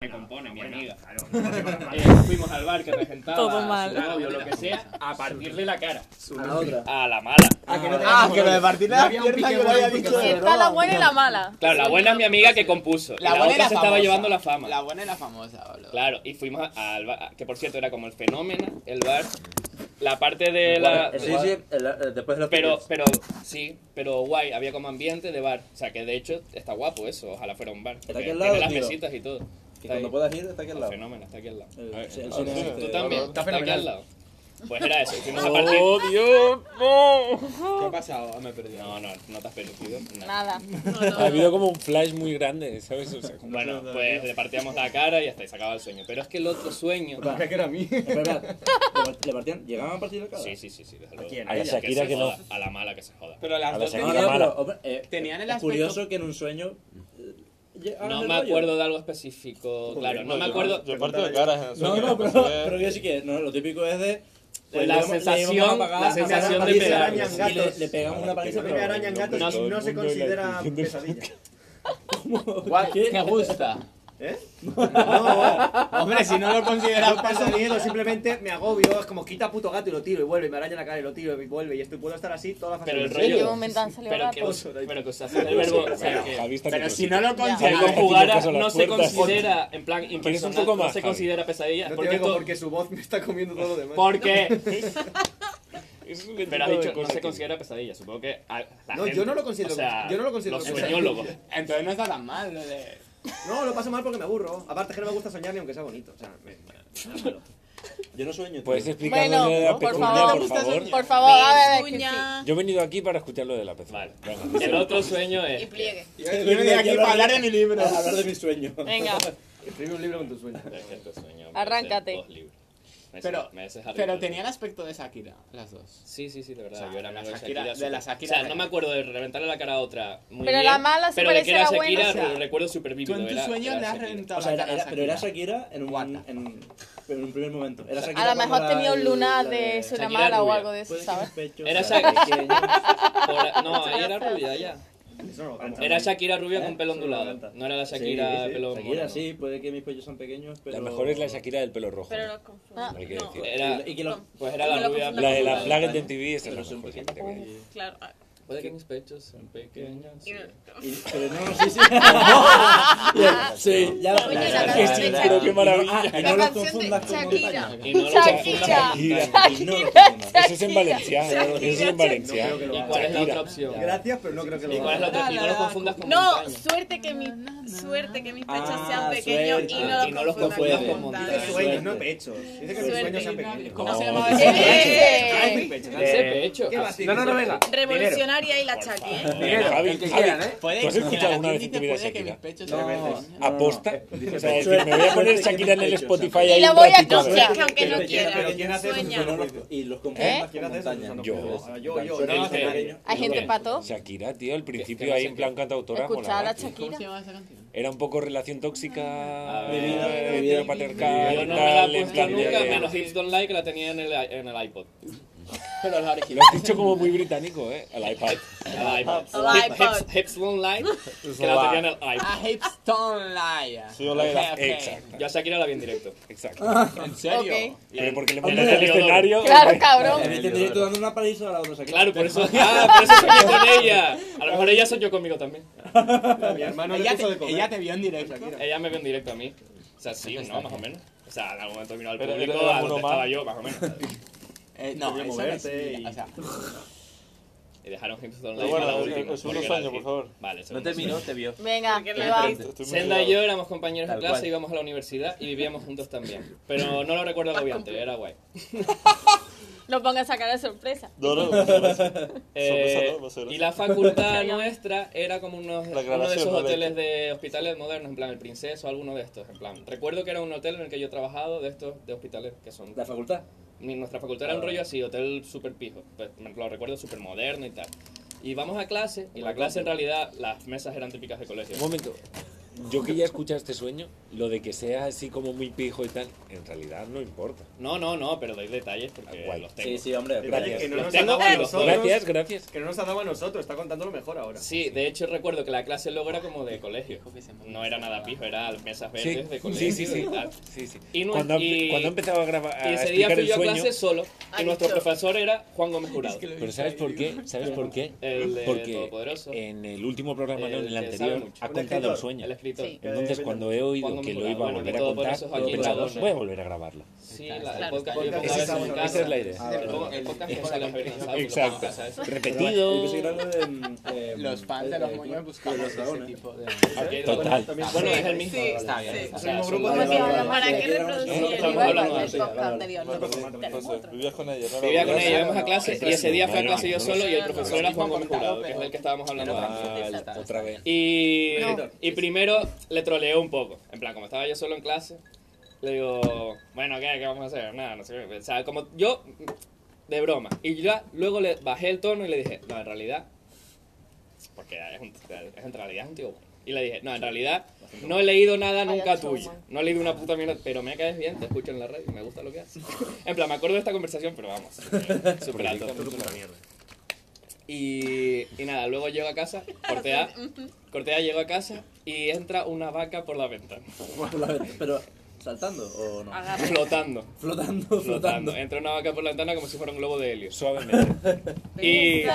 se compone, mi amiga. Claro, Eh, fuimos al bar que regentaba Todo a su mal. novio, lo que sea, a partirle la cara. A la otra. A la mala. Ah, que, no Ah, que lo de partir No la había un pierna pique que lo había bueno, dicho. porque Y está la buena y la mala. Claro, la buena es mi amiga que compuso. y La, buena otra era se estaba famosa. llevando la fama. La buena era famosa, boludo. Claro, y fuimos a- al bar, que por cierto era como el fenómeno, el bar. La parte de Eh, la... Sí, sí, el- el- después de los Pero, piques. pero, sí, pero guay, había como ambiente de bar. O sea, que de hecho está guapo eso, ojalá fuera un bar. porque aquí al tiene lado, las tío. mesitas y todo. Que Está ahí. cuando puedas ir, está aquí al El lado. fenómeno, está aquí al lado. Eh, El- A ver, sí, el tú cine tú este, también, bárbaro. está, aquí al lado. Pues era eso, fuimos a partir... ¡Oh, Dios! ¡No! ¿Qué ha pasado? Ah, me he perdido. No, no, no te has permitido nada. Nada. Ha habido como un flash muy grande, ¿sabes? O sea, como- Bueno, pues le partíamos la cara y hasta ahí se acaba el sueño. Pero es que el otro sueño... Otra. Creía que era a mí. Pues Espera, espera. ¿Le- ¿Le partían? ¿Llegaban a partir la cara? Sí, sí, sí, sí, desde luego. quién? A la Que Shakira se que no. joda, A la mala que se joda. Pero A las la dos No, segunda. tenían- no, Mala. pero, hombre, eh, Tenían el es aspecto- curioso que en un sueño... eh, ah, llegaban No el me rollo. acuerdo de algo específico, claro, no me acuerdo. Yo parto de caras en el No, sueño, no, pero, pues, eh. pero yo sí que... No, lo típico es de... pues, La le íbamos- le sensación- íbamos a pagar- la a pagar sensación una de paliza pegar. y Arañan le- gatos. Le pegamos una ¿eh? paliza, A mí me pero... arañan gatos y Todo el no se mundo en la considera discusión de- pesadilla. Guau, Me gusta. ¿Eh? No, Hombre, si no lo no consideras pasa miedo, simplemente me agobio. Es como quita puto gato y lo tiro y vuelve, y me araña la cara y lo tiro y vuelve. Y esto puedo estar así toda la fase Pero el del rollo- Yo sueño. un momento han salido Pero que, gatos. pero que usasen el verbo, o sea, que, Javi está Pero que si no lo Ya. que el consideras. conjugara Son las no se puertas. considera, en plan, ¿Quieres un impersonal, poco no más, se Javi? considera pesadilla. No te porque oigo esto- porque su voz me está comiendo todo lo demás. porque, Es un pero has tipo de dicho, no cosa se que- considera pesadilla, supongo que a la No, gente- yo no lo considero- o sea, yo no lo considero los pesadilla. sueñólogos. Entonces no está tan mal lo de. No, lo paso mal porque me aburro. Aparte que no me gusta soñar ni aunque sea bonito. O sea, me- Yo no sueño. tío. ¿Puedes explicar Bueno, lo de la por pezuña, favor, por favor? pues. por favor, a ver, que Pezuña Yo he venido aquí para escuchar lo de la pezuña. Vale. Venga. El otro sueño y es... pliegue. Yo Yo venía aquí para hablar de mi libro. A hablar de mi sueño. sí. Venga, escribe un libro con tu sueño. Es que este sueño merece Arráncate. dos libros. Me hace- Pero, me hace Harry pero Potter. tenía el aspecto de Shakira, las dos. Sí, sí, sí, de verdad. O sea, yo era la amigo de Shakira- Shakira. de súper- la Shakira O sea, no me Shakira. acuerdo de reventarle la cara a otra. Muy Pero bien, la mala se Pero de que parece era a la buena, Shakira, o sea, lo recuerdo súper Tú vívido. en tus era- sueños era le has Shakira. reventado O sea, la era, cara a era- pero era Shakira. Shakira en un, en, pero en un primer momento. Era Shakira a lo cuando mejor era tenía un el- luna la de soy la Shakira mala o rubia. algo de eso, Puede que ¿sabes? mis pechos Era sean Shakira. pequeños. Por- no, ahí era rubia ya. Eso no lo canto. Era Shakira rubia ¿Eh? con pelo Eso no me ondulado. encanta. No era la Shakira Sí, de sí, pelo Shakira, moreno. sí, puede que mis pechos sean pequeños, pero... La mejor es la Shakira del pelo rojo. Pero los confundo. Ah. Hay que No, decir. Era, Y que lo- pues era la Lo- rubia. lo- La de la Pero- Flagged en TV, esa es la Pero son mejor. pequeños. Shakira. Claro. ah, Puede que mis pechos sean pequeños. y- Y- pero no, sí, sí. sí, ya lo... Coño, la ya, canción ya, de ya. Pero qué maravilla. Ah, y La no los canción de confundas con Shakira. montaña. Y no lo confundas con Shakira. Titanic. No los confundas. Eso es en Valencia. ¿no? Shakira, Eso es en Shakira. Valencia. No creo que lo ¿Y haga. cuál es la otra Shakira. opción? Gracias, pero no creo que ¿Y lo cuál es la haga. otra? Y no lo confundas con No, montaña. suerte que mi suerte que mis pechos Ah, sean pequeños suerte. y no los confundas con montaña. Dice sueños, no pechos. Dice que los Suerte. sueños sean pequeños. ¿Cómo se No, Pues llamaba dice- ese? Ay, mis pechos, Ese pecho. ¿Qué va a eh, decir? Eh. No, no, no, venga. Revolucionaria y la Chaki, ¿eh? Dinero, Javi, el que Javi, quieran, ¿eh? Puede ¿Tú has que- escuchado la alguna vez canción en tu dice, vida puede que mis Shakira? pechos No, sean no, pequeños. no. ¿Aposta? O sea, Suerte. que me voy a poner Suerte que Shakira en el mis pechos Spotify sean ahí Y la un voy a ratito, escuchar. ver. Que aunque no Pero ¿Eh? quiera, quiera, pero ¿quién hace eso? Pero no sueña. los- Y los confundas ¿Quién con hace eso? Eso montaña. no Yo. puedo. Ah, Yo, yo, Suerte no, que- no, no, no. Hay gente Bien. pato. Shakira, tío, al Oh. que principio no ahí sé en qué. plan cantautora. Escuchar molaba, a tío. ¿Cómo Shakira. se llamaba esa canción? Era un poco relación tóxica, A ver. bebida, Mi vida bebida patriarcal, Yo no me tal, la he en puesto plan de- nunca, menos Hips Don't Like, la tenía en el, en el iPod. Pero la Lo original. has dicho como muy británico, ¿eh? El iPad. El iPod. El Hip- iPod. Hips- Hips Don't Like, que la tenía en el iPod. A Ah, Hipstone Liar. Sí, hola, Ok, era- ok. Exacto, Yo a Shakira la vi en directo. exacto. Ah. ¿En serio? Ok. Pero porque le Hombre, mandaste el Leodoro. escenario. Claro, hombre. cabrón. Te estoy dando una paliza a la otra Shakira. Claro, por eso, ah, por eso soñé con ella. A lo mejor ella soñó conmigo también. Mi hermano le Ella puso de te, ella comer. te vio en directo. Ella me vio en directo a mí. O sea, sí, ¿no? Más o menos. O sea, en algún momento vino al Pero público era a uno donde más. estaba yo, más o menos. Eh, Podía no, eso no es moverse mía, y- o sea, y dejaron Hips Don't Like Pero a la bueno, el- última. el segundo porque era sueño, así. por favor. Vale, el No segundo te miró, te vio. Venga, Porque que la- va. Estoy muy Senda y yo éramos compañeros Tal de clase, cual. íbamos a la universidad y vivíamos juntos también. Pero no lo recuerdo agobiante, era guay. No pongas a cara de sorpresa. No, no, no, no, no. Eh, no, sorpresa. y la facultad nuestra era como unos, La uno de esos grabación, ¿no? hoteles de hospitales modernos, en plan el Princeso, alguno de estos, en plan. Recuerdo que era un hotel en el que yo he trabajado de estos de hospitales que son La facultad. mi- nuestra facultad Ah, era un rollo así, hotel super pijo, pues, me lo recuerdo super moderno y tal. Y vamos a clase, y la clase en realidad, las mesas eran típicas de colegio. Un momento. yo que ya he escuchado este sueño, lo de que sea así como muy pijo y tal, en realidad no importa. No, no, no, pero doy detalles porque Ah, guay. los tengo. Eh, Sí, sí, hombre. Gracias. Que no Los nos ha tengo dado a con los nosotros. Gracias, gracias. Que no nos ha dado a nosotros, está contándolo mejor ahora. Sí, de hecho recuerdo que la clase luego era como de colegio. Pijo que se me- No era nada pijo, era mesas Sí, verdes de sí, colegio sí, sí. y tal. Sí, sí. Y no- cuando, y- cuando empezaba a grabar, a Y ese día explicar fui el yo a sueño, clase solo y Ay, nuestro yo. profesor era Juan Gómez Jurado. pero ¿sabes por qué? ¿Sabes por qué? El de Porque Todopoderoso. en el último programa, no, en El el de anterior, Sabe Mucho. ha Un contado escritor. el sueño. El escritor. Sí. Entonces, cuando he oído Juan que lo Gómez iba a Jurado. Bueno, volver a que contar, todo por eso aquí he pensado, grabamos, ¿no? voy a volver a grabarlo. Sí, la, el Claro. podcast que yo pongo a Esa es veces en la- casa. Esa es la idea. El po- El podcast que sale en Berlín, Exacto. Yo pensé que era Repetido. lo de, mm, eh, Los fans de los moños buscamos los ese dragones. tipo de... Total. Bueno, es Sí, el mismo. sí, Está bien, sí. está O sea, son- grupo de- Vale, vale, vale. ¿Para Sí, qué aquí era- reproducir no, el estamos nivel hablando del de- podcast vale, anterior? No, vale, no, vale. no, no. Vivías con ella, ¿no? Vivía con ella, íbamos a no, clase y ese día fui a clase yo solo y el profesor era Juan Gómez Jurado, que es del que estábamos hablando antes. Vale, está, otra vez. Y, No. y primero le troleé un poco. En plan, como estaba yo solo en clase, le digo, bueno, ¿qué, qué vamos a hacer? Nada, no sé qué. O sea, como yo, de broma. Y ya luego le bajé el tono y le dije, no, en realidad, porque es un- es en realidad es un tío bueno. Y le dije, no, en realidad no he leído nada nunca Ay, chao, tuyo. man. No he leído una puta mierda, pero me caes bien, te escucho en la red y me gusta lo que haces. En plan, me acuerdo de esta conversación, pero vamos, eh, súper alto. Y, y nada, luego llego a casa, cortea, cortea, llego a casa y entra una vaca por la ventana, Pero, ¿saltando o no? Agarra. flotando, Flotando, flotando. flotando. Entra una vaca por la ventana como si fuera un globo de helio. Suavemente. Y, y,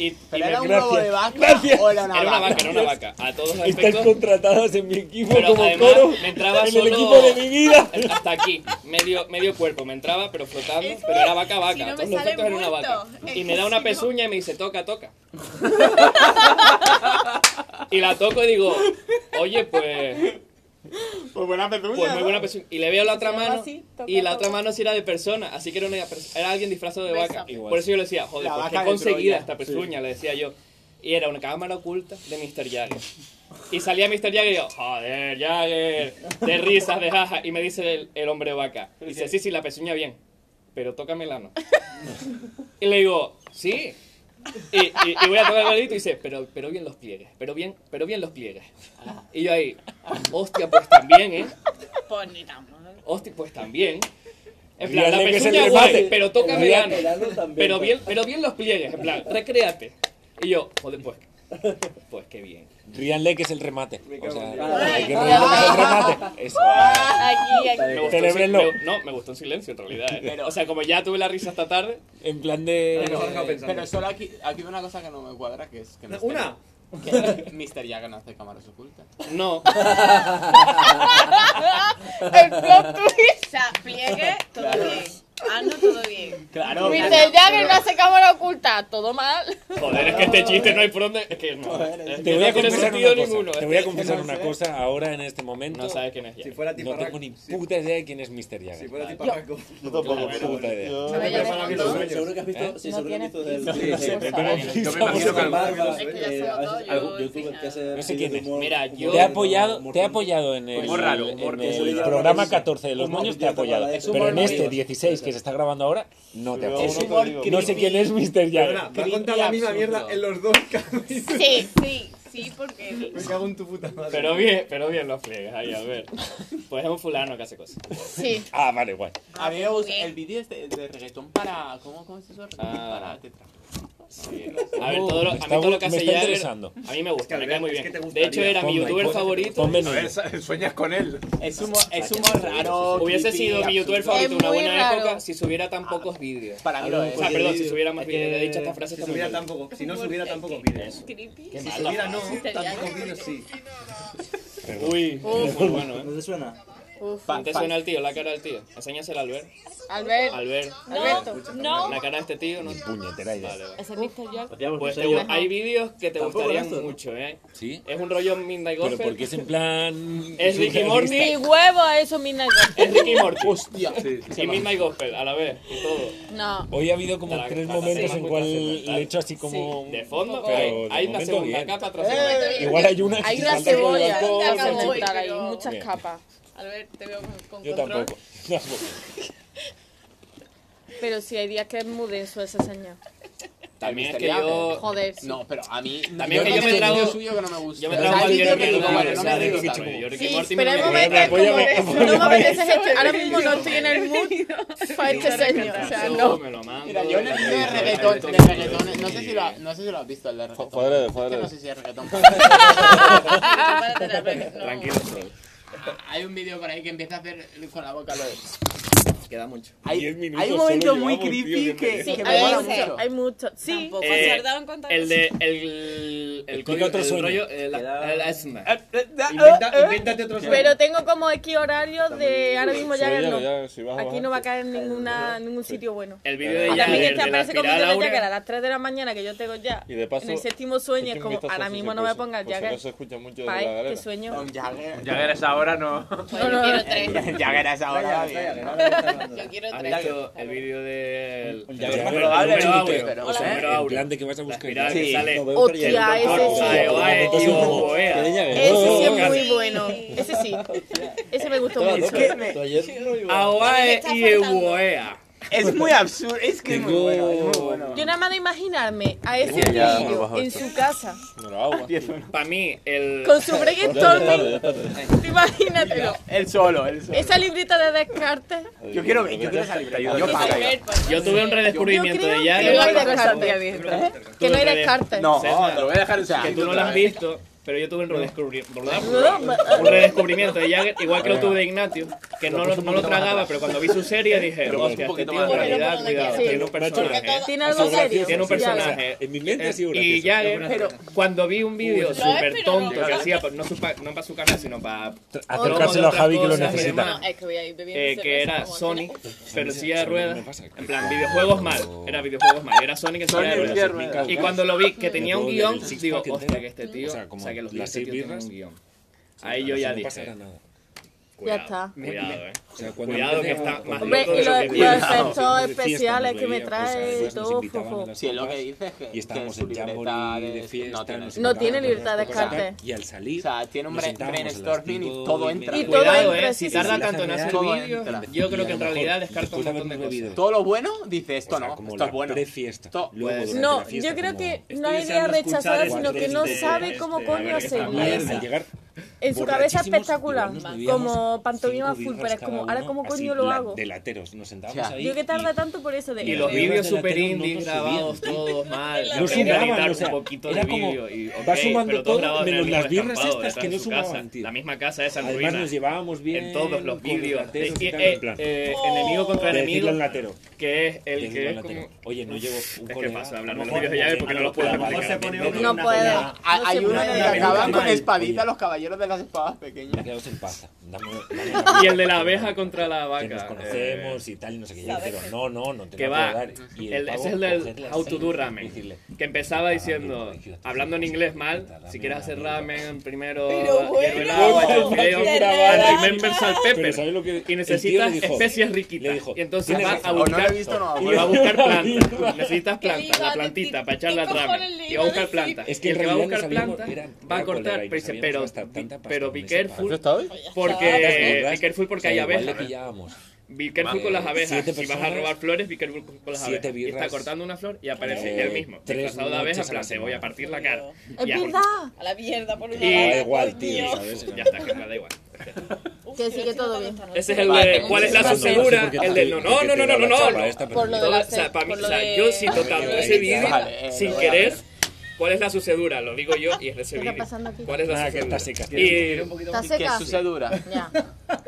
y ¿Pero me- era un era globo de vaca Gracias. o era una una vaca, vaca? era una vaca. A todos los Están efectos, contratadas en mi equipo Pero como además, coro. me entraba en solo- el equipo de mi vida. hasta aquí, medio, medio cuerpo. Me entraba, pero flotando, pero era vaca, vaca. Si no a me todos los sale efectos era una bulto. vaca. Y me da Si una no- pezuña y me dice, toca, toca. Y la toco y digo, oye, pues... Pues buena pezuña, Pues muy ¿no? buena persona. Y le veo la otra Se llama mano. así, toca y la todo. otra mano sí era de persona. Así que era, una pers- era alguien disfrazado de vaca. Bésame. Por eso yo le decía, joder, La pues vaca qué de conseguida Troya. esta pezuña, le decía yo. Y era una cámara oculta de Mr. Jagger. Y salía Mr. Jagger y yo, joder, Jagger, de risas, de jaja. Y me dice el, el hombre vaca. Y dice, sí, sí, la pezuña bien, pero tócame el ano. Y le digo, sí. Y, y- y voy a tocar el dedito y dice, pero, pero bien los pliegues, pero bien, pero bien los pliegues. Y yo ahí, hostia, pues también, ¿eh? Pues ni tan mal. Hostia, pues también. En plan, la Dígale que se pezuña le guay, mate. pero toca verano. también. pues, Pero bien, pero bien los pliegues, en plan, recréate. Y yo, joder, pues, pues qué bien. Ríanle que es el remate. O sea, hay que Ah. reírle que es el Ah. remate. Eso. Aquí, aquí. Me gustó en sil- Celébrenlo. me- no, me gustó en silencio en realidad. eh. Pero- o sea, como ya tuve la risa esta tarde, En plan de. Pero- Estaba Pero, pensando. pero solo aquí, aquí hay una cosa que no me cuadra, que es que Mr. Una. Que Mr. Yaga no hace cámaras ocultas. no. El plot twist. O sea, pliegue, todo bien. Ando todo bien. Claro, Mr. Jagger no hace cámara oculta. Todo mal. Joder, es que este chiste no hay por dónde. Es que no. Joder, es que Te voy a no tiene confesar sentido una ninguno. cosa. Te voy a Es que confesar no una sé. cosa ahora en este momento. No sabes quién es ya. Si fuera tipo No tengo ni puta idea de quién es Mr. Jagger. Si fuera tipo Raco. Yo tampoco. Claro, pues, puta idea. Yo- A ver, ya me Los contó. sueños. Seguro que has visto, sí, No seguro que has tiene visto del- pinta. sí, sí, Por sí. favor. Yo me Con barba, Es que ya eh, se lo a veces doy yo, algún al youtuber que hace final. No sé vídeos quién de es. humor- Mira, humor yo- Te de ha Humor apoyado, humor te ha con- apoyado en el, Humor raro, humor en que el se le llama programa risa. 14 de los Humor moños, te ha idiota, apoyado. es Pero en humor este negro. 16 que se está grabando ahora, no te Yo- apoya. uno te digo. No sé quién es Mr. Perdona, Jagger. va a contar la misma Creepy mierda absurdo. en los dos capítulos. Sí. Sí, sí, porque. Me cago en tu puta madre. Pero bien, pero bien los pliegues ahí, a ver. Pues es un fulano que hace cosas. Sí. Ah, vale, guay. A mí me gusta Bien. el vídeo este de reggaetón para. ¿Cómo, cómo es eso? Reggaetón Ah. para tetra. A ver, todo lo, a mí Está todo lo bu- que me hace está Jagger- interesando. A mí me gusta, Es que, me cae muy es que bien. te de gustaría. hecho, era mi Ponme, youtuber ponme, favorito. Ponme en A el- ver, sueñas con él. Es humor, es humor raro. Hubiese creepy, sido mi youtuber absurdo. favorito en una muy buena raro. época si subiera tan pocos vídeos. Para mí lo es. O sea, perdón, si subiera más Es que vídeos. He dicho esta si frase está muy subiera mal. tampoco, si no subiera tampoco vídeos. Creepy. Qué Si mala subiera no, frase. tampoco vídeos sí. Uy, muy bueno, ¿No ¿eh? te suena? Uf. Pa- ¿No te pa- suena el tío? La cara del tío. Enséñasela al ver. Albert. Al ver. No, no. La cara de este tío, ¿no? Ni puñetera idea. Vale, vale. Ese es Mr. Jagger. Hacíamos Pues un te sello. gu- hay vídeos que te Tampoco gustarían gasto, ¿no? mucho, ¿eh? ¿Sí? Es un rollo Midnight Pero Gospel. porque es en plan... Es Ricky surrealista. Morty. Y huevo a eso, Midnight Gospel. Es Ricky Morty. Hostia. Y Midnight Gospel, a la vez. Y todo. No. Hoy ha habido como La- tres la- momentos la- en la- cual la- le he hecho así como... De fondo, Pero hay, de hay una momento segunda bien. capa tras Eh, segunda. Igual hay una... que Hay se una salta por el cebolla balcón. que acabo de acá ahí. pero- Muchas Bien. capas. Albert, te veo con, con Yo control. tampoco. Tampoco. Pero sí, hay días que es mudenzo ese señor. También es Mr. que yo. Joder. No, pero a mí. También no que yo me tengo trago- contenido suyo que no me gusta. Yo me O trago sea, cualquier Ricky mierda, Morty, o no sea, me de gusta, Ricky güey. Yo Ricky Sí, Morty me pero hay lo momento- momentos apóyame, como eso. apóyame. No me apetece gestionar. Ahora mismo no estoy en el mood fight Te the lo señor. O sea, no. Me lo mando. Mira, yo en el vídeo de Eh, reggaetón, de reggaetón, no sé si lo, ha- no sé si lo has visto el de reggaetón. Fodere, Es que fodere. No sé si es reggaetón. Prepárate la regla, no. Tranquilo, troll. Hay un vídeo por ahí que empieza a hacer con la boca lo de... Queda mucho. Hay, Diez minutos hay un momento solo muy llevamos, tío, creepy qué que, Sí, que me hay, mola mucho. hay mucho. Sí. Tampoco, Eh, se tardaban en contar. El de. El. El código. otro El sueño. rollo. eh, Ah, la- Queda- El asma. Eh, Inventa, invéntate otro sueño. Pero tengo como X horario de ahora mismo ya Sueño, no. ya, si vas a Aquí bajar. no va a caer en ninguna, ningún sitio bueno. El vídeo de Y ella. también el que te de la aparece con espiral videos de Jagger a Aura. las 3 de la mañana que yo tengo ya. Y de paso, en el séptimo sueño es como ahora mismo no me pongas ya. Jagger. se escucha mucho de la Pai, que galera. sueño. Con Jagger. Ya eres ahora, no. Bueno, yo quiero tres. Jagger a esa hora. bien. Yo quiero ¿Has tres. visto el vídeo del. Un Jagger. el Pero número hable, áureo, chute, pero, el o sea, número en áureo. plan de que vas a La buscar espiral Jagger. que Sí. sale. Hostia, El doctor ese. Saevae y Oboea. Ese sí es Oh, muy casi. bueno. Ese sí. Ese me gustó mucho. Aoae y Ewoea. Es muy absurdo. Es que es muy bueno. Es muy bueno. Yo nada más de imaginarme a ese Ya, ya, me lo niño bajo en esto. su casa No lo hago. Para mí, el. con su brainstorming. Imagínatelo. Él solo, él solo. Esa librita de descartes. Yo quiero ver, yo quiero salir. Yo Quiero pago. ver, por favor. Yo tuve un Yo redescubrimiento creo de que Jagger. no hay descarte adentro. Que no hay descarte. No, César, te lo voy a dejar. O sea, que tú no lo has visto, pero yo tuve un redescubrimiento, No, un redescubrimiento de Jagger, igual que lo tuve de Ignacio, que no lo, no lo tragaba, pero cuando vi su serie dije, hostia, este tío en realidad, cuidado, Sí. tiene un personaje. Tiene algo serio. Tiene un Ya ves. personaje. En mi mente ha sido Y gracioso. Jagger, pero cuando vi un vídeo pero súper no. tonto que hacía, no, su pa- no para su canal, sino para... Acercárselo a Javi que lo necesita. No, es que voy a ir bebiendo eh, que cerveza era como Sonic, pero en silla de Sonic ruedas. me pasa. En plan, videojuegos mal. Era videojuegos mal. Era Sonic en silla de Sonic en silla de ruedas. ruedas. Y cuando lo vi que tenía Me un puedo guión, leer el digo, six-pack hostia, entero. que este tío. O O sea, sea, como que los las vídeos este seis tío tienen birras. un guión. Ahí yo ya No dije. pasará nada. cuidado, está. Cuidado, eh. O sea, cuando Cuidado que empecé a- está más Hombre, loco y de lo los, que los dice. efectos de fiesta, especiales nos que me veíamos, o sea, trae y además nos todo, invitaban fofo. a las Si es lo que copas, dices que. Y que estábamos su en libreta Jamboree de es- fiesta. No tiene. nos No tiene sentábamos, libertad de nos cosas, descarte. Y al salir. O sea, tiene un nos bre- sentábamos a las brainstorming y cinco todo y media. entra. Y todo Cuidado, entra, eh. sí, Si sí, tarda sí, tanto en sí, hacer sí. vídeos, Todo yo creo Y que a en lo mejor, realidad descarta un después de montón de habernos bebido cosas. Todo lo bueno, dice O esto sea, no, como esto la es bueno. prefiesta, Esto- luego Puede durante No, la fiesta, yo creo como- que Estoy no hay idea deseando escuchar rechazada, el sino que cuadrito no de sabe este, cómo a ver coño qué tal. hacerlo. Mierda. Al llegar En su cabeza borrachísimos, espectacular. igual nos bebíamos Como pantomima cinco full, pero birras es como, cada ahora uno, cómo así, coño lo la- hago. De lateros, nos sentábamos Ya. ahí. Yo que tarda tanto por eso de. Y los Las birras vídeos de la super tele no indies nos grabados todos mal. No Yo quería sumaban, editar o sea, un poquito era de como- vídeo. y, ok, va sumando pero todo, todos grabados en el menos mismo las birras descampado, estas que detrás de no su sumaban, casa. tío. La misma casa esa en Además nos ruinas. llevábamos bien. En todos los con vídeos. lateros Y- y eh, tal, en plan, eh, Enemigo contra decirlo enemigo. en latero. Que es el que es decirlo en como. latero. Oye, no llevo un Es que colega, pasa a hablar lo de los mejor- vídeos de llave porque no los puedo a lo mejor aplicar. se pone uno No una puede. coña, Hay- No hay se uno en puede. el que acaban con Oye. espadita los caballeros de las espadas pequeñas. Quedaos en paz. Dame- dame Y la- el de la abeja contra la Que nos vaca. eh, conocemos y tal, y no sé qué. Yo, pero no, no, no te que lo va, puedo dar. Y el- pavo, ese es el del cogerla How así to do y ramen. decirle, Que empezaba "Ramen, diciendo, coño, te hablando en haces inglés una mal, puta, si ramen, quieres hacer ramen". ramen, primero Pero hierve el bueno, agua, echa el de fideo, verdad. and remember salt Pero pepper. ¿sabes lo que Y el tío necesitas le dijo? especias riquitas. le dijo, y entonces "Tienes vas razón". a O no lo buscar, he visto, no. y me va a acuerdo. buscar plantas. Necesitas plantas, diga, la ¿qué- plantita, qué- para echar qué la cojones le ramen. Y va a iba a buscar decir? plantas. Es que y en el que va a realidad buscar no sabíamos, plantas va era- a era cortar. cólera y Pero dice, sabíamos pero, hasta tanta pasta pero con be esa careful, pasta. porque, be careful porque hay igual le abejas. pillábamos Be careful con las abejas. siete Si vas a personas, robar flores, be careful con las siete abejas. Y está birras, cortando una flor y aparece eh, él mismo. tres Disfrazado de abeja, noches en a la plan, te voy a semana. partir la cara. Es Ya, verdad. A la mierda por una Y- bala, da igual coño. tío sabes Ya está, que me da igual. Que sí, que todo bien. Ese es el Vale, de cuál es la no, no, susurrura, no sé por qué el te- del no, no, por qué no, te no, no, da no, la no. chapa esta, pero- Por lo de Toda- la o sea, sed, para mí, por o lo sea, de- yo cito tanto Vale, ese eh, vídeo vale, eh, sin lo voy a querer. ¿Cuál es la sucedura? Lo digo yo y es de ese ¿Qué está vídeo. pasando aquí? ¿Cuál es la Nada, que sucedura? está seca. Y- Está ¿Qué seca. sucedura? Ya.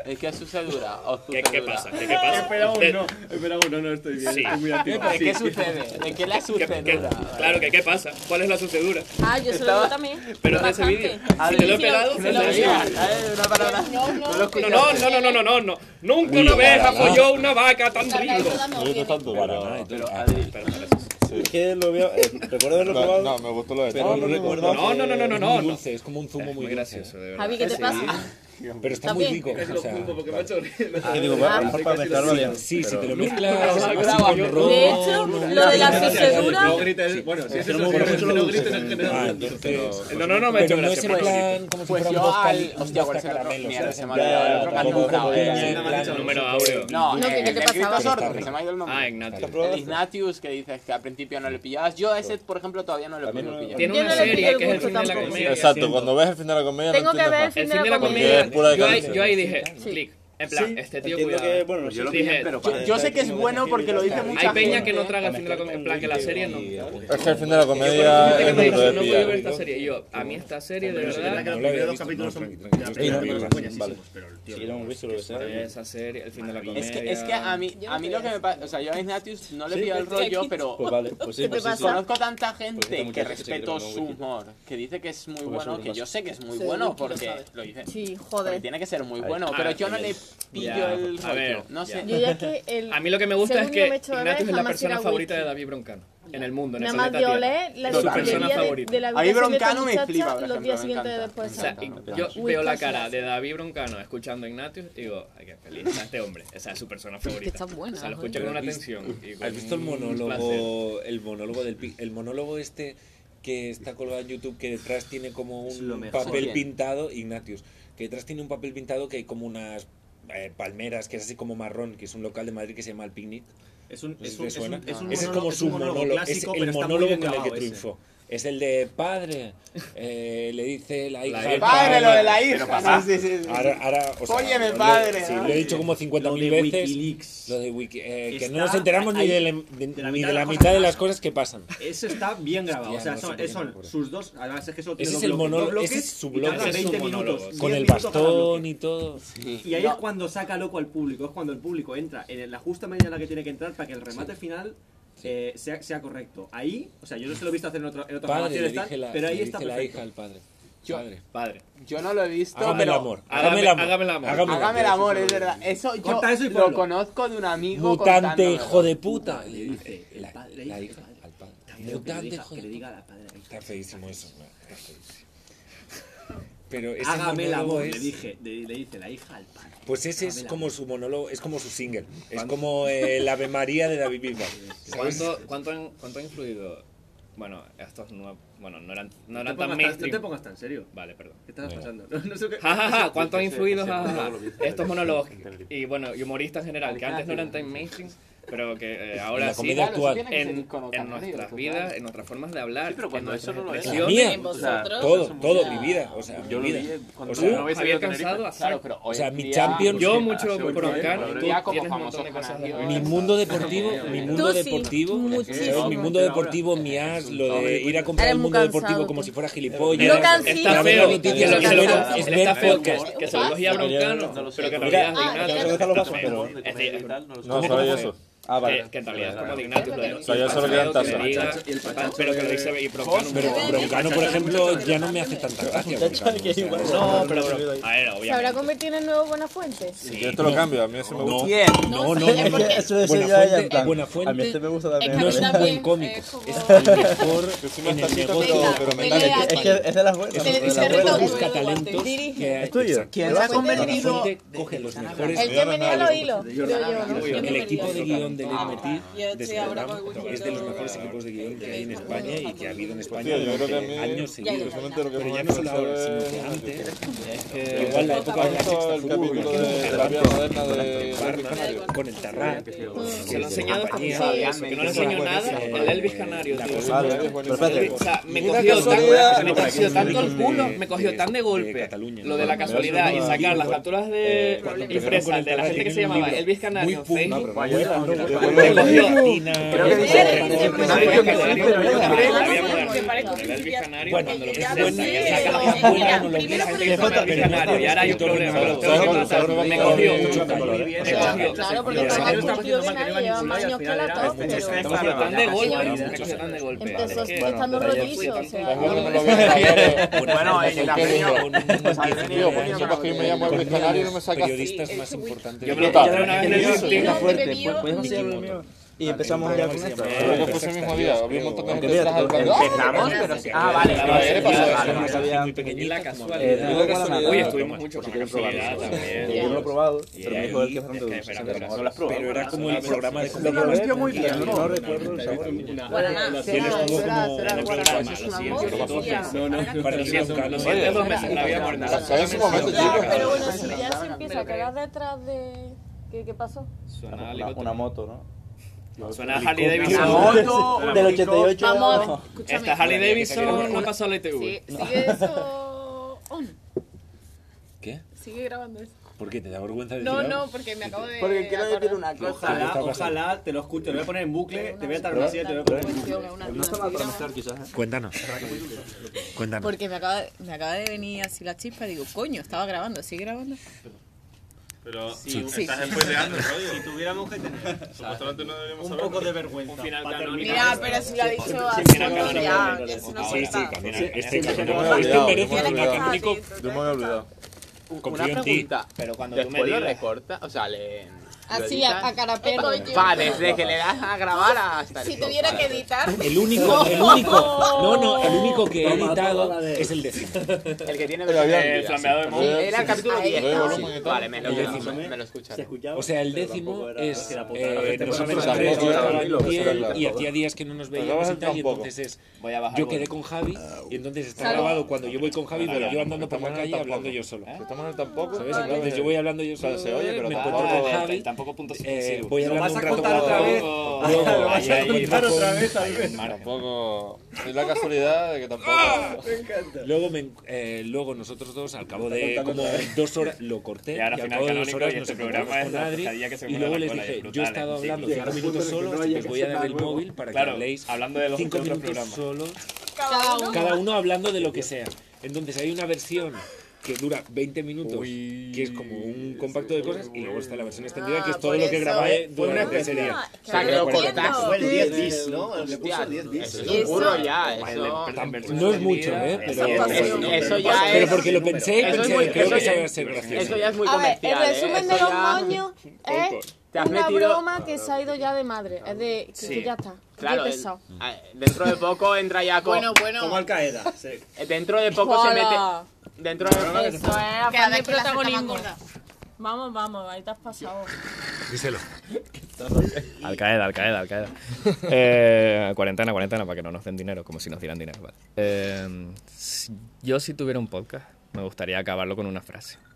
¿Es que es sucedura? ¿O ¿Qué, sucedura? ¿Qué pasa? ¿Qué, qué pasa? Espera Usted- uno, espera uno, no estoy bien. Sí. Estoy muy activo. ¿De Sí. qué sucede? ¿De qué la ¿Qué- qué- sucedura? claro que qué pasa, ¿cuál es la sucedura? Ah, yo se lo digo también. Pero es de ese vídeo. Si te lo he pelado, No es de lo ese digas, vídeo. ¿sabes? Una palabra. No, no, No lo escucho. No, no, no, no, no, no, no. Nunca una vez apoyó una vaca tan rico. Pero, Adri, que lo veo. eh, recuerdo haberlo probado. No, me gustó lo de pero no recuerdo. No, no, no, no, no, Es no. muy dulce, es como un zumo muy Muy gracioso. gracioso, de verdad. Javi, ¿qué te pasa? Pero está También. muy rico. Es o lo sea, jumbo porque me ha vale. hecho horrible. Que digo, va, a lo mejor para mezclarlo bien. Sí, si pero- te lo mezclas Pero- así Pero- con De ron, hecho, una- lo de la una- sucedura- No grites, bueno, si es Pero eso, no me gustan si los no dulces grites en en- Ah, general. entonces... No, no, no me ha hecho Pero no es gracia. en plan como si Pues fueran yo dos al- pali- hostia, dos ¿cuál es el otro? caramelos, Mierda, ¿sabes? se me ha olvidado, el Ya, otro que has tampoco nombrado, es- eh. en No me han plan- dicho Número áureo. No, No, eh, ¿qué- qué el te del grito pasaba? sordo, que se me ha ido el nombre. Ah, Ignacio. ¿Lo probaste? El Ignatius, que dices que al principio no le pillabas. Yo a ese, por ejemplo, todavía no lo También pillo. no lo- pillo. Tiene Yo una no le pillo serie el que es el gusto fin de la tampoco. comedia. Exacto, siento. cuando ves el final de la comedia Tengo no que ver el entiendes fin El de fin la de la comedia. comedia. Es pura Yo ahí, decadencia. yo ahí dije, clic. En plan, Sí, este tío entiendo que, cuidado. bueno, yo lo pillé, pero Yo sé que es bueno porque lo dice mucha Hay peña que gente. no traga el fin de la comedia. En plan, que la serie no. Yo más. Es que el fin de la conozco comedia gente que es me muy dice, de no voy a ver pillar. esta serie. Y yo, a mí esta serie, de Pero sí, verdad. no lo había visto, no, tranqui, tranqui, yo estoy Sí, no, en no, la no, misma. vale. Si lo hemos visto, lo que sea. Esa serie, el fin de la comedia. Es que, es que a mí, a mí lo que me pasa, o sea, yo a Ignatius no le Sí, pillo el estoy rollo, aquí. pero Pues vale, pues sí, ¿Qué te pues sí, sí. pasa? conozco tanta gente mucha que gente que se respeto cree que su no me humor, que dice que es muy Porque bueno, seguro que más. yo sé que es muy Seguro bueno que lo porque sabe. lo dice. Sí, Porque joder. tiene que ser muy Ahí. bueno, Ah, pero yo no le pillo Ya, el a rollo, ver, no ya. sé. Yo ya que el. A mí lo que me gusta según es yo que me he hecho de Ignatius es ver, la jamás ir a persona whisky. favorita de David Broncano en el mundo, en Nada el más planeta de Tierra. Olé, la Su historia persona de, favorita. de la A mí vida secreta Broncano me muchacha flipa, por y los ejemplo, días me siguientes de encanta. O después. sea, Exacto. y- yo Whisky veo la es cara grasa. de David Broncano escuchando a Ignatius y digo, ay, qué feliz está este hombre. Esa es su persona favorita. está buena, O sea, lo joder. escucho con una ¿Has atención. y con ¿Has visto el un placer. monólogo, el monólogo del pi- el monólogo este que está colgado en YouTube que detrás tiene como un papel Bien. pintado, Ignatius, que detrás tiene un papel pintado que hay como unas eh, palmeras que es así como marrón, que es un local de Madrid que se llama El Picnic. Es un, No sé es si un, te es un, suena. es un ese es monólogo- como es su un monólogo, clásico, es pero el está muy monólogo bien con el que grabado ese. triunfó. Es el de padre, eh, le dice la hija. hija. Padre, lo de la Pero hija. papá. Sí, sí, sí, sí. Ahora, ahora, o sea, Óyeme, lo- padre, sí, ¿no? lo he dicho como 50.000 veces. Lo de Wiki, eh, que no nos enteramos ni ahí, de la, de- de la ni mitad de de la las cosas mitad de que las cosas que pasan. Eso está bien grabado. Hostia, o sea, no sé son, por qué son me acuerdo. sus dos. Además, es que eso Ese tiene es dos el bloques, dos monólogo, bloques ese es su y tarda bloque, es 20 un monólogo. minutos, Con 10 el minutos cada bastón bloque. y todo. Y ahí No, es cuando saca loco al público. Es cuando el público entra en la justa medida en la que tiene que entrar para que el remate final. eh, sea, sea correcto. Ahí, o sea, yo no se lo he visto hacer en, otra- en otras Padre, le grabaciones, tal, dije la, pero le ahí dije está la perfecto. hija al padre. Yo- Padre. Padre. Yo no lo he visto, Hágame el pero amor. Hágame el amor. hágame el amor. Hágame el amor, es verdad. Eso yo Corta eso y lo ponlo. conozco de un amigo Mutante, contándomelo. hijo de puta. Le dice el La, padre, la el hija padre. al padre. Está bien, que le Mutante, diga- hijo que de le puta. diga a la padre, ahí Está feísimo eso. no, Está feísimo. Pero ese Hágame el monólogo amor, es... le, dije, le, le dice la hija al padre. Pues ese es Hágame el como amor. su monólogo, es como su single. Es como eh, el Ave María de David Bisbal. ¿sabes? ¿Cuánto, cuánto, han- cuánto ha influido? Bueno, estos no, bueno, no eran, no No eran te tan pongas tan- no te mainstream. Ah, pongas tan serio. Vale, perdón. ¿Qué estás Venga. pasando? No, no sé qué. Ja, ja, ja, ¿cuánto han influido ese ja, ja, ja, monólogo lo vi. estos monólogos? Y bueno, y humoristas en general, que antes no eran tan mainstream, pero que eh, ahora la sí. Claro, comedia eso actual. tiene que ser en, icono en canario, nuestras total. vidas, en nuestras formas de hablar, Sí, pero en cuando eso nuestras no lo era. La expresiones. mía. En vosotros. Todo, todo, Ya. mi vida. O sea, mi Yo lo vi vida. cuando O sea, no habéis Javier salido a Cansado, a Claro, pero hoy O sea, en mi día- champion- Yo sí, mucho hace por un tiempo, acá, ahora tú ya como tienes un montón famoso de cosas. canadiense. Mi mundo deportivo, mi mundo Tú sí, deportivo, muchísimo. ¿sabes? mi mundo deportivo, mi as, lo de ir a comprar Eres el muy mundo deportivo cansado, como tú. si fuera gilipollas. Lo cansino. Está La ver las feo, noticias lo de que se ver- lo- es ver está feo que, podcast. que se lo cogía No, yo broncano, no lo sé. pero que en Mira, realidad ah, es de ya Ignacio. lo dejaron los pasos, pero- Es de- No, solo hay eso. Ah, que- vale. Eh, que en realidad es como de Ignacio. lo de- O sea, yo solo quiero el tazo. que diga, Y el pachacho Pero que lo dice y broncano. Pero un poco. Broncano, por ejemplo, ya no me hace tanta gracia. Broncano, o sea, No, pero A ver, ¿Se habrá obviamente. convertido en el nuevo buena fuente? Yo esto lo cambio, a mí ese me gusta. No, Bien. no, no, No, no, ¿sabes no. por qué? Eso, eso Buena ya, ya, en fuente, plan, buena A mí fuente, este me gusta también. no pero- es un también, buen cómico. es como- Es el mejor Encima en está el chico, negocio. pero- Venga, pero me pelea encanta. aquí. Es que es de las buenas. Se- de las se buenas. retorce. busca talentos. Dirige. que- Es tuyo. exacto. ¿Quién Yo se lo ha sé. convertido? Fuente coge los mejores. El que venía al oído, creo yo, ¿no? El equipo de guión de Ah, Liberty yo de estoy este ahora programa con es de los mejores Wikipedia. equipos de guión que hay en España y que ha habido en España Tío, yo creo que a durante mí. años seguidos. personalmente, lo que Pero ya más no me solo gusta ahora, sino que es- antes. Que- Igual la época de la Esto sexta es el fútbol, capítulo de con terapia moderna de Barna, Elvis Canario. con el Tarrac, Se lo he enseñado hasta compañía. pasado, eso, que no le enseño nada. El Elvis Canario, tío. Ah, es buenísimo. O sea, me Mira cogió, que tan, casualidad. me cogió tanto el culo, De- me cogió de- tan de de golpe Cataluña. lo de la Cuando casualidad y empezaron sacar con- las capturas de cuando empezaron impresas con de la el gente que se Tarrac, llamaba tiene un Elvis libro Canario muy en punk, Facebook. pero bueno, Yo Me cogió. Latina, que dice- Bueno, lo que es bueno, Sí, que saca sí, las sí. buenas, no lo que Primero saca, porque es que saca, Elvis pero Canario, y ahora hay un todo lo problema, mejor, lo todo lo tengo que mejor, matar, todo lo me mejor, cogió. mucho calor. Muy bien. Me cogió. Claro, porque Pero estaba no el está cultivo de nadie, lleva más años que la top, Este es pero esta Me cogió tan de golpe, realidad. me cogió tan de golpe. empezó Es que- estando pero ya rollizo, o sea, Pues bueno, no- me lo veo en la tele. Bueno, en la peña- Tío, porque sepas que yo me llamo Elvis Canario y no me sacas. periodistas más importantes. Yo de me lo Cataluña. pillé una vez en el no, Elvis. pero mío, ¿Puedes hacer el mío? pues, Ah, Y empezamos ya con esto. Creo que fue ese mismo día. Había un montón de Aunque gente mira, detrás del balcón. empezamos, pero sí. Ah, vale. La no, madre sí, pasó vale, eso, vale, no no sabía. sabía. muy Y la pequeñita. como- Eh, casualidad. no recuerdo nada. Oye, estuvimos mucho Por si con quieren casualidad probarlo. también. Yo no lo he probado, pero me dijo él ahí- que es bastante es que espera, dulce. espera. No lo has probado. Pero era como el programa de Lo Julio probé, mezcló muy bien, y ¿no? No recuerdo el sabor. Guaraná. Tienes como será, como será en el guaraná, programa, eso lo es una sientes, moda, lo tía. sientes. No, no, Lo Para el siento, local, lo lo siento sientes. dos veces en la vida La mortal. saca en su momento, Ya, chicos. pero bueno, si ya se empieza a quedar detrás de... ¿Qué, qué pasó? Suena a Una, una moto, ¿no? helicóptero. Suena a Harley Una Davidson. moto, Del 88. Vamos, Esta Harley escúchame. Bueno, que se quede Davidson no bueno. pasó la ITV. Sí, sigue eso. on. ¿Qué? Sigue grabando eso. ¿Por qué? ¿Te da vergüenza decir No, algo? no, porque me acabo de. Porque quiero decir una cosa. Ojalá, ojalá te lo escucho. Te voy a poner en bucle, te voy a estar una silla, te voy a poner en bucle. No se va a mezclar, quizás. ¿eh? Cuéntanos. Cuéntanos. Porque me acaba, de, me acaba de venir así la chispa y digo, coño, estaba grabando, sigue grabando. Pero Sí. estás spoileando el rollo. Tuviéramos que tener Supuestamente no deberíamos un saberlo. poco de vergüenza. final para canónico. terminar. Mira, pero si lo ha dicho sí, así, mira, claro, ya, claro, ya es una Sí, sí, puerta. camina. Este sí, camina. yo me Este había olvidado, merece yo me un había canónico. olvidado. Yo me había olvidado. Confío en Una ti. pregunta. Pero cuando tú me Después lo digas. Eh, recorta, o sea, le... lo Así, editas. a, a cara perro. Va, desde que le das a grabar hasta el Si final. tuviera que Vale. editar, El único, el único, no, no, el único que he editado es el décimo. El que tiene Pero había- El flambeador de Sí, moda. era el capítulo Ahí 10. está. Sí, Vale, me lo, El escucharon, décimo. me lo escucharon. Se escuchaba, O sea, el pero décimo tampoco era- es era puta. eh, nosotros tres, Tampoco yo era- estaba tampoco en era- pie, y hacía días que no nos veíamos y tal, y entonces es, Voy a bajar. yo volumen. quedé con Javi, Ah, y entonces está Salud. grabado cuando yo voy con Javi, pero yo andando por la Estamos en el calle tampoco. hablando yo solo. ¿Eh? Si Pues estamos en el tampoco. ¿Sabes? Entonces yo voy hablando yo solo, Claro, se oye, pero me Ah, encuentro vale, con Javi, Tampoco puntos eh, suspensivos. voy Lo hablando vas un a rato contar con otra vez. Luego- Luego, Ahí, lo vas a ahí, contar Paco. otra vez, Ahí, Marco. Tampoco. Es la casualidad de que tampoco. Luego, me en- eh, luego nosotros dos, al cabo de como dos horas, lo corté. Y ahora al final cabo de dos canónico horas y nos este encontramos programa es con la Adri. pescadilla que se Y muele luego la les cola, es dije, yo he brutal, ¿eh? estado sí. hablando Llega cinco minutos solo, así que os voy a dar el móvil para que Claro, habléis hablando de los cinco otros minutos programas. solos, cada uno. cada uno hablando de lo que sea. Entonces hay una versión que dura 20 minutos, que es como un compacto de cosas, y luego está la versión extendida, que es Ah, todo por lo que eso. grabé Fue durante ese especie- día. Es O sea, que lo ahora entiendo. cortaste. Fue el 10 10, ¿no? Le puso Hostia, 10 bis. Eso es un curro ya, eso... No es mucho, ¿eh? Pero, Esa pasión. pero- Eso ya pero es- porque lo pensé y Eso es pensé, muy- creo eso que es- se va a ser gracioso. Eso ya es muy A Eso ver, comercial, comercial, ¿eh? ¿eh? Eso Eso ya- ya- es Te has una metido- broma que se ha ido ya de madre. Es de. que- Sí. que ya está. Claro, Qué el- pesado. ah, dentro de poco entra ya con... Bueno, Como bueno. Al Qaeda. sí. eh, Dentro de poco se mete... Hola. Dentro de... Eso es, a Cada fan vez de que la saca más protagonismo. gorda. Vamos, vamos, ahí te has pasado. Díselo. Al Qaeda, Al Qaeda, Al Qaeda. Eh, cuarentena, cuarentena, para que no nos den dinero, como si nos dieran dinero. vale. Eh, si- yo si tuviera un podcast, me gustaría acabarlo con una frase.